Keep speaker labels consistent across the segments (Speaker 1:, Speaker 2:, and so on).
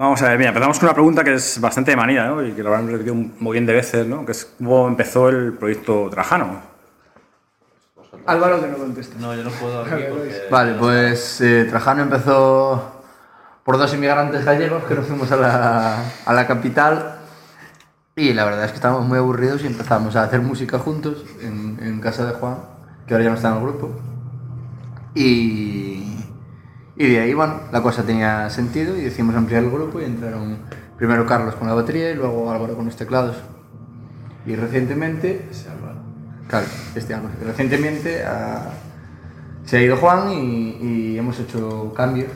Speaker 1: Vamos a ver, mira, empezamos con una pregunta que es bastante de manía, ¿no? Y que lo habrán repetido un montón de veces, ¿no? Que es cómo empezó el proyecto Trajano.
Speaker 2: Álvaro que no contesta.
Speaker 3: No, yo no puedo aquí porque...
Speaker 4: Vale, pues eh, Trajano empezó por dos inmigrantes gallegos que nos fuimos a la, a la capital y la verdad es que estábamos muy aburridos y empezamos a hacer música juntos en, en casa de Juan, que ahora ya no está en el grupo. Y, y de ahí, bueno, la cosa tenía sentido y decidimos ampliar el grupo y entraron primero Carlos con la batería y luego Álvaro con los teclados. Y recientemente
Speaker 3: Ese Álvaro.
Speaker 4: Claro, este año. Recientemente ah, se ha ido Juan y, y hemos hecho cambios.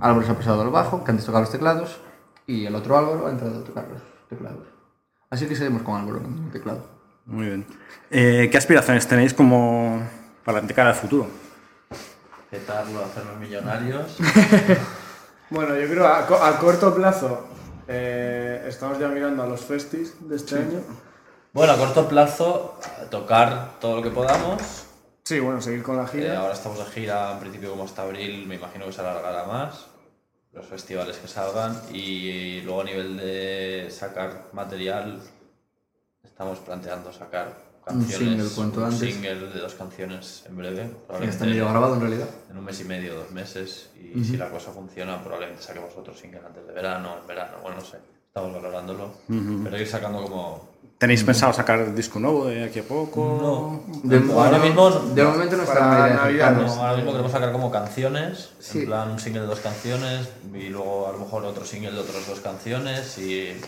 Speaker 4: Álvaro se ha pasado al bajo, que antes tocaba los teclados, y el otro Álvaro ha entrado a tocar los teclados. Así que seguimos con Álvaro en el teclado.
Speaker 1: Muy bien. Eh, ¿Qué aspiraciones tenéis como para de cara al futuro?
Speaker 3: Petarlo, hacernos millonarios.
Speaker 2: Bueno, yo creo a, co- a corto plazo eh, estamos ya mirando a los festis de este año.
Speaker 3: Bueno, a corto plazo, a tocar todo lo que podamos.
Speaker 2: Sí, bueno, seguir con la
Speaker 3: Eh,
Speaker 2: gira.
Speaker 3: ahora estamos de gira, en principio como hasta abril, me imagino que se alargará más. Los festivales que salgan y luego a nivel de sacar material, estamos planteando sacar
Speaker 4: Un
Speaker 3: canciones.
Speaker 4: single cuanto
Speaker 3: un
Speaker 4: antes.
Speaker 3: single de dos canciones en breve.
Speaker 4: Ya está
Speaker 3: probablemente
Speaker 4: medio grabado en realidad.
Speaker 3: en un mes y medio, dos meses. Y si la cosa funciona, probablemente saquemos otro single antes de verano, en verano, bueno, no sé. Estamos valorándolo. Pero ir sacando como.
Speaker 1: ¿Tenéis pensado sacar disco nuevo de aquí a poco?
Speaker 3: No.
Speaker 4: De,
Speaker 3: ahora mismo.
Speaker 4: de momento no está
Speaker 2: Para
Speaker 4: en la idea
Speaker 2: Navidad
Speaker 4: de
Speaker 3: No,
Speaker 4: sacarlos.
Speaker 3: ahora mismo queremos sacar como canciones,
Speaker 4: Sí.
Speaker 3: en plan un single de dos canciones y luego a lo mejor otro single de otras dos canciones y,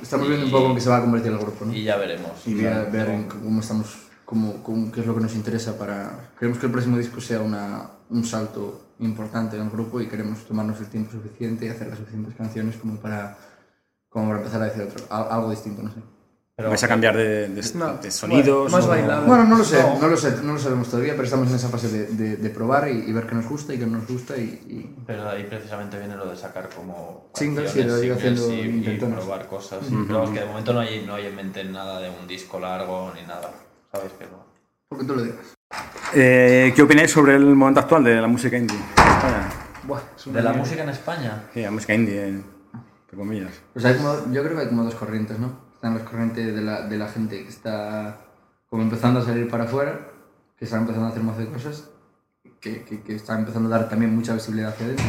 Speaker 4: Estamos viendo un poco en qué se va a convertir el grupo, ¿no?
Speaker 3: y
Speaker 4: Y,
Speaker 3: ya veremos.
Speaker 4: ver, ver en cómo estamos, cómo, cómo- qué es lo que nos interesa para... Queremos que el próximo disco sea una, un salto importante en el grupo y queremos tomarnos el tiempo suficiente y hacer las suficientes canciones como para, como para empezar a decir otro, a- algo distinto, no sé.
Speaker 3: Pero-
Speaker 1: ¿Vais a cambiar de, de-
Speaker 2: No.
Speaker 1: de sonidos?
Speaker 2: Más
Speaker 1: o-
Speaker 2: bailable.
Speaker 4: Bueno, no lo sé, no, lo sé, no lo sabemos todavía, pero estamos en esa fase de, de- de probar y, y ver qué nos gusta y qué no nos gusta y, y-
Speaker 3: Pero de ahí precisamente viene lo de sacar como
Speaker 4: Singles,
Speaker 3: canciones,
Speaker 4: sí, lo he ido
Speaker 3: singles
Speaker 4: haciendo
Speaker 3: y- y,
Speaker 4: intentones.
Speaker 3: probar cosas. Pero es que de momento no hay, no hay en mente nada de un disco largo ni nada. Sabes que no.
Speaker 4: porque tú lo digas.
Speaker 1: Eh, ¿Qué opináis sobre el momento actual de la música indie? en España?
Speaker 2: Buah, es un
Speaker 3: De la
Speaker 2: lío.
Speaker 3: música en España.
Speaker 1: Sí, la música indie, eh, entre comillas.
Speaker 4: Pues hay como, yo creo que hay como dos corrientes, ¿no? Están las corrientes de la, de la gente que está como empezando a salir para afuera, que están empezando a hacer más de cosas, que, que, que están empezando a dar también mucha visibilidad hacia adentro.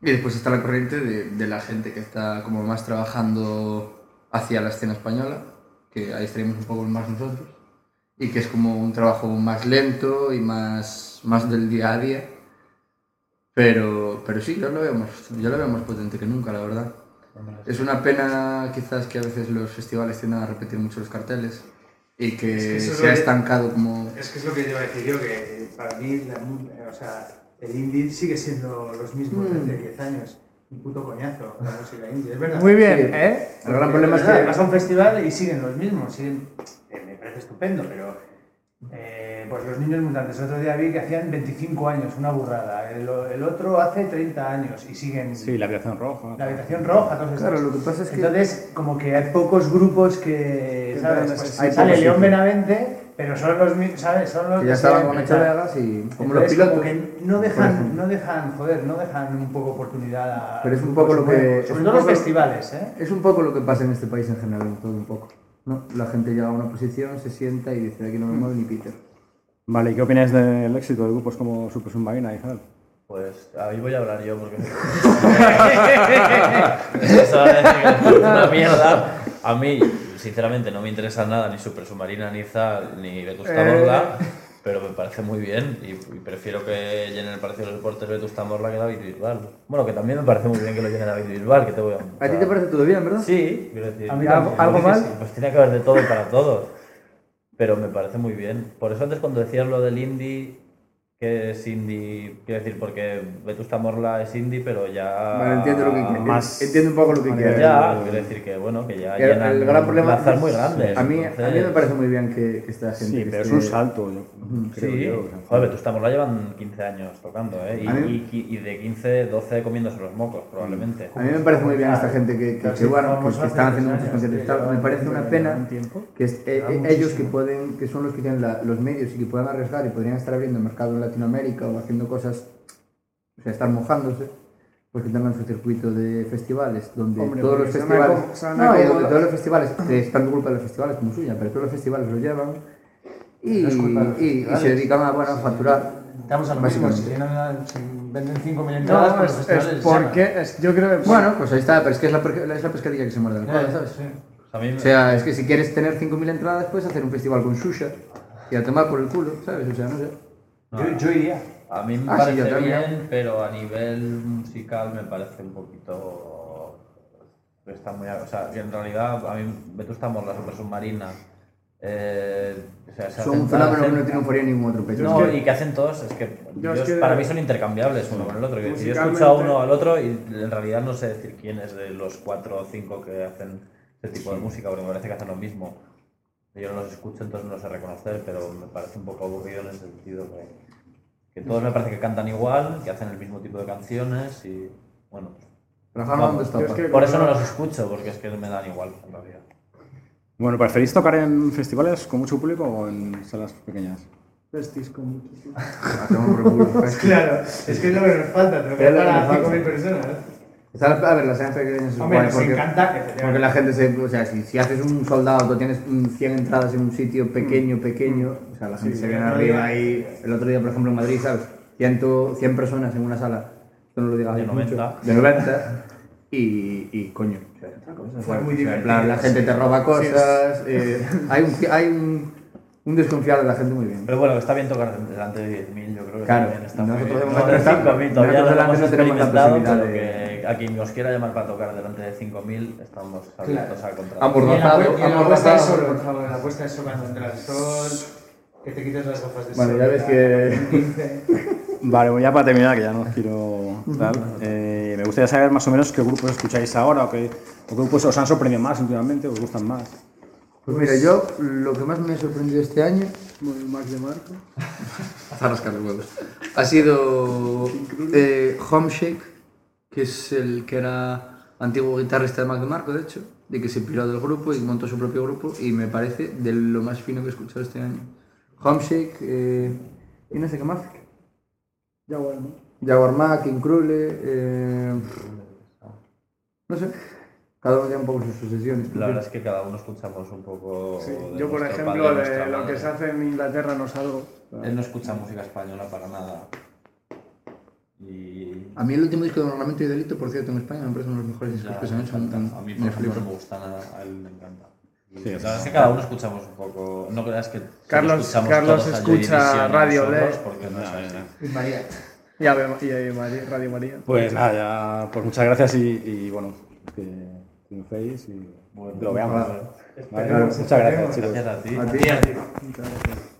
Speaker 4: Y después está la corriente de, de la gente que está como más trabajando hacia la escena española, que ahí estaremos un poco más nosotros, y que es como un trabajo más lento y más, más del día a día. Pero, pero sí, yo lo, vemos, yo lo veo más potente que nunca, la verdad. Es una pena quizás que a veces los festivales tiendan a repetir mucho los carteles y que,
Speaker 5: Es que eso es
Speaker 4: se ha
Speaker 5: lo que-
Speaker 4: estancado como...
Speaker 5: Es que es lo que te iba a decir yo, que para mí la mu- eh, o sea, el indie sigue siendo los mismos de hace 10 años. Un puto coñazo la música indie, es verdad.
Speaker 2: Mm. Muy bien,
Speaker 4: Sí.
Speaker 2: ¿eh?
Speaker 4: El gran problema es
Speaker 5: verdad,
Speaker 4: que-
Speaker 5: Vas a un festival y siguen los mismos, siguen... eh, me parece estupendo, pero... eh, pues los niños mutantes, otro día vi que hacían 25 años, una burrada. El, o- el otro hace 30 años y siguen...
Speaker 1: Sí, la creación roja.
Speaker 5: La habitación roja, todos
Speaker 4: Claro,
Speaker 5: estos.
Speaker 4: lo que pasa es que-
Speaker 5: Entonces, como que hay pocos grupos que,
Speaker 2: Que entran
Speaker 5: ¿sabes?
Speaker 2: en
Speaker 5: Pues
Speaker 2: ese
Speaker 5: sale
Speaker 4: sitio.
Speaker 5: León Benavente, pero son los mismos, ¿sabes? Son los
Speaker 4: que ya
Speaker 5: siguen
Speaker 4: estaban con
Speaker 5: empezando.
Speaker 4: Echareagas y como los
Speaker 5: Entonces,
Speaker 4: pilotos.
Speaker 5: que no
Speaker 4: por ejemplo.
Speaker 5: dejan, no dejan, joder, no dejan un poco oportunidad a.
Speaker 4: Pero es
Speaker 5: los
Speaker 4: un poco lo
Speaker 5: grupos
Speaker 4: que-
Speaker 5: nuevos,
Speaker 4: es
Speaker 5: Sobre
Speaker 4: un
Speaker 5: todo los
Speaker 4: poco-
Speaker 5: festivales, ¿eh?
Speaker 4: Es un poco lo que pasa en este país en general, en todo un poco. ¿no? La gente llega a una posición, se sienta y dice, "De aquí no me mueve ni Peter.
Speaker 1: Vale, ¿y qué opináis del éxito de grupos como Super Submarina y tal?
Speaker 3: Pues ahí voy a hablar yo porque. Eso va a decir que es una mierda. A mí, sinceramente, no me interesa nada ni Super Submarina, ni Zal, ni Vetusta
Speaker 2: Eh.
Speaker 3: Morla, pero me parece muy bien y, y prefiero que llenen el Partido de los Deportes Vetusta Morla que David Bisbal. Bueno, que también me parece muy bien que lo llenen David Bisbal, que te voy a.
Speaker 4: ¿A ti te parece todo bien, verdad?
Speaker 3: Sí, quiero decir.
Speaker 2: A mí ¿Algo- algo
Speaker 3: Creo que
Speaker 2: mal?
Speaker 3: sí, Pues tiene que haber de todo y para todos. Pero me parece muy bien. Por eso antes cuando decías lo del indie, que es indie, quiero decir, porque Vetusta Morla es indie, pero ya...
Speaker 4: Vale, entiendo, lo que, quie-
Speaker 6: más-
Speaker 4: entiendo un poco lo que quieres.
Speaker 3: Ya, quiero decir que, bueno, que ya
Speaker 4: Que el-
Speaker 3: llenan
Speaker 4: el gran problema
Speaker 3: plazas
Speaker 4: es-
Speaker 3: muy grandes.
Speaker 4: A mí, a mí me
Speaker 3: entonces-
Speaker 4: parece muy bien que, que esta gente.
Speaker 1: Sí,
Speaker 4: que
Speaker 1: pero es
Speaker 4: esté-
Speaker 1: un salto, yo- creo
Speaker 3: Sí,
Speaker 1: yo. o sea,
Speaker 3: joder, Vetusta Morla llevan 15 años tocando, ¿eh? Y,
Speaker 4: A mí- Mm.
Speaker 3: y- y de 15, 12 comiéndose los mocos, probablemente.
Speaker 4: A mí me parece muy bien esta gente que, que,
Speaker 5: Claro,
Speaker 4: que, bueno,
Speaker 5: vamos
Speaker 4: que-
Speaker 5: a
Speaker 4: que están
Speaker 5: hacer
Speaker 4: haciendo
Speaker 5: unos
Speaker 4: muchos
Speaker 5: años,
Speaker 4: conciertos y
Speaker 5: que
Speaker 4: tal. Me
Speaker 5: llevan
Speaker 4: parece una pena
Speaker 5: tiempo.
Speaker 4: que es- eh,
Speaker 5: Lleva
Speaker 4: eh, ellos que
Speaker 5: muchísimo.
Speaker 4: pueden, que son los que tienen la- los medios y que pueden arriesgar y podrían estar abriendo el mercado en Latinoamérica o haciendo cosas, o sea, estar mojándose, pues que tengan su circuito de festivales donde
Speaker 2: Hombre,
Speaker 4: todos los
Speaker 2: porque suena
Speaker 4: festivales,
Speaker 2: como- suena
Speaker 4: no, y
Speaker 2: como
Speaker 4: donde
Speaker 2: la-
Speaker 4: todos los festivales, que es tanto culpa de los festivales como suya, pero todos los festivales lo llevan y,
Speaker 5: No es culpa de los
Speaker 4: y- y se
Speaker 5: festivales.
Speaker 4: dedican a, bueno, a facturar.
Speaker 5: Estamos a lo mismo,
Speaker 4: Básicamente.
Speaker 5: si, llenan- si venden 5 millones de
Speaker 2: No,
Speaker 5: por
Speaker 2: es,
Speaker 5: pues los
Speaker 2: es
Speaker 5: festivales, llaman.
Speaker 2: porque. Es, yo creo que.
Speaker 4: Bueno, pues ahí está, pero es que es la, perca- es la pescadilla que se muerde el codo,
Speaker 5: Eh,
Speaker 4: ¿sabes?
Speaker 5: sí.
Speaker 3: A mí me-
Speaker 4: O sea, es que si quieres tener 5.000 entradas, puedes hacer un festival con Susha y a tomar por el culo, ¿sabes? O sea, no sé.
Speaker 5: Yo, yo iría.
Speaker 3: A mí me
Speaker 4: Ah, sí,
Speaker 3: parece
Speaker 4: yo también.
Speaker 3: bien, pero a nivel musical me parece un poquito. Está muy, a- o sea, que en realidad a mí Vetusta Morla, Super Submarina. eh, o sea, se
Speaker 4: Son
Speaker 3: hacen-
Speaker 4: un fenómeno que
Speaker 3: hacen-
Speaker 4: no triunfaría en ningún otro pecho.
Speaker 3: No,
Speaker 4: Es que-
Speaker 3: y que hacen todos, es que,
Speaker 2: Yo es
Speaker 3: Dios,
Speaker 2: que-
Speaker 3: para mí son intercambiables uno con el otro. quiero decir, Yo he
Speaker 2: Musicalmente-
Speaker 3: escuchado uno al otro y en realidad no sé decir quién es de los cuatro o cinco que hacen este tipo de música, porque me parece que hacen lo mismo. Yo no los escucho, entonces no los sé reconocer, pero me parece un poco aburrido en el sentido que, que todos me parece que cantan igual, que hacen el mismo tipo de canciones y bueno.
Speaker 4: Rafa no,
Speaker 3: no,
Speaker 4: está
Speaker 2: yo es que-
Speaker 3: Por eso no los escucho, porque es que me dan igual en realidad.
Speaker 1: Bueno, ¿preferís tocar en festivales con mucho público o en salas pequeñas?
Speaker 2: Festis con muchísimo.
Speaker 4: A tomar por el culo.
Speaker 5: Claro, es que es lo que nos falta, pero
Speaker 4: Es lo que
Speaker 5: para
Speaker 4: nos falta.
Speaker 5: 5.000 personas.
Speaker 4: Está la- A ver, las cenas pequeñas es
Speaker 5: Hombre,
Speaker 4: guay,
Speaker 5: nos encanta que te
Speaker 4: porque la gente se. O sea, si, si haces un soldado, tú tienes mm, 100 entradas en un sitio
Speaker 5: Mm.
Speaker 4: pequeño, pequeño, o sea, la gente se viene
Speaker 5: el otro día-
Speaker 4: arriba y. El otro día, por ejemplo, en Madrid, ¿sabes? 100, 100 personas en una sala. Tú no lo digas
Speaker 3: De
Speaker 4: mucho.
Speaker 3: 90.
Speaker 4: De 90. Y, y coño, o sea,
Speaker 5: Fue muy
Speaker 4: O sea, en
Speaker 5: divertido.
Speaker 4: plan, la gente te roba cosas. eh, hay un, hay un, un desconfiado de la gente muy bien.
Speaker 3: Pero bueno, está bien tocar delante de 10.000, yo creo que
Speaker 4: Claro,
Speaker 3: también está
Speaker 4: nosotros
Speaker 3: muy bien.
Speaker 4: hemos
Speaker 3: No, de
Speaker 4: empezado-
Speaker 3: 5.000 todavía
Speaker 4: nosotros
Speaker 3: no
Speaker 4: delante
Speaker 3: lo hemos
Speaker 4: no tenemos la
Speaker 3: experimentado, pero
Speaker 4: posibilidad
Speaker 3: que a quien nos quiera llamar para tocar delante de 5.000, estamos abiertos a contratar.
Speaker 4: Ambos.
Speaker 5: Y en la,
Speaker 4: Amordazado,
Speaker 5: pue- y en la puesta es
Speaker 4: amordazado.
Speaker 5: solo, por favor, la puesta es solo cuando entra el sol, que te quites las gafas de
Speaker 4: Bueno,
Speaker 5: sol.
Speaker 4: ya ves que.
Speaker 1: Vale, bueno, ya para terminar, que ya no quiero tal, eh, me gustaría saber más o menos qué grupos escucháis ahora o qué, o qué grupos os han sorprendido más últimamente, os gustan más.
Speaker 4: Pues mira, yo lo que más me ha sorprendido este año
Speaker 2: Bueno, Max de Marco.
Speaker 7: Hasta rascar los huevos.
Speaker 4: ha sido eh, Homeshake, que es el que era antiguo guitarrista de Mac DeMarco, de hecho, de que se piró del grupo y montó su propio grupo y me parece de lo más fino que he escuchado este año. Homeshake eh, y no sé qué más.
Speaker 2: Ya bueno.
Speaker 4: Jaguar Mac, Incrule, eh, no sé, cada uno tiene un poco sus sesiones.
Speaker 3: La verdad es que cada uno escuchamos un poco.
Speaker 2: Sí,
Speaker 3: de
Speaker 2: yo, por
Speaker 3: nuestro
Speaker 2: ejemplo,
Speaker 3: padre,
Speaker 2: de
Speaker 3: nuestra
Speaker 2: lo que
Speaker 3: madre.
Speaker 2: se hace en Inglaterra no salgo.
Speaker 3: Él no escucha música española para nada. Y.
Speaker 4: A mí el último disco de Ornamento y Delito, por cierto, en España me parece uno de los mejores discos
Speaker 3: ya,
Speaker 4: que se han hecho.
Speaker 3: a
Speaker 4: en- en- me
Speaker 3: mí, por ejemplo,
Speaker 4: flipa.
Speaker 3: no me gusta nada, a él le encanta. Y
Speaker 1: Sí,
Speaker 3: la
Speaker 1: es
Speaker 3: verdad es que
Speaker 1: normal.
Speaker 3: cada uno escuchamos un poco. No creas que. solo
Speaker 2: Carlos-
Speaker 3: escuchamos
Speaker 2: Carlos
Speaker 3: todos a Joy
Speaker 2: escucha
Speaker 3: Division y
Speaker 2: Radio
Speaker 3: nosotros,
Speaker 2: Led.
Speaker 3: Porque no es así.
Speaker 5: Y María.
Speaker 2: Y, a ver, y a Mari- Radio María.
Speaker 1: Pues nada, ya, pues muchas gracias y, y, bueno, que triunféis y que lo veamos. Vale, muchas gracias, chicos.
Speaker 3: Gracias a ti.
Speaker 4: A ti.
Speaker 2: Muchas gracias.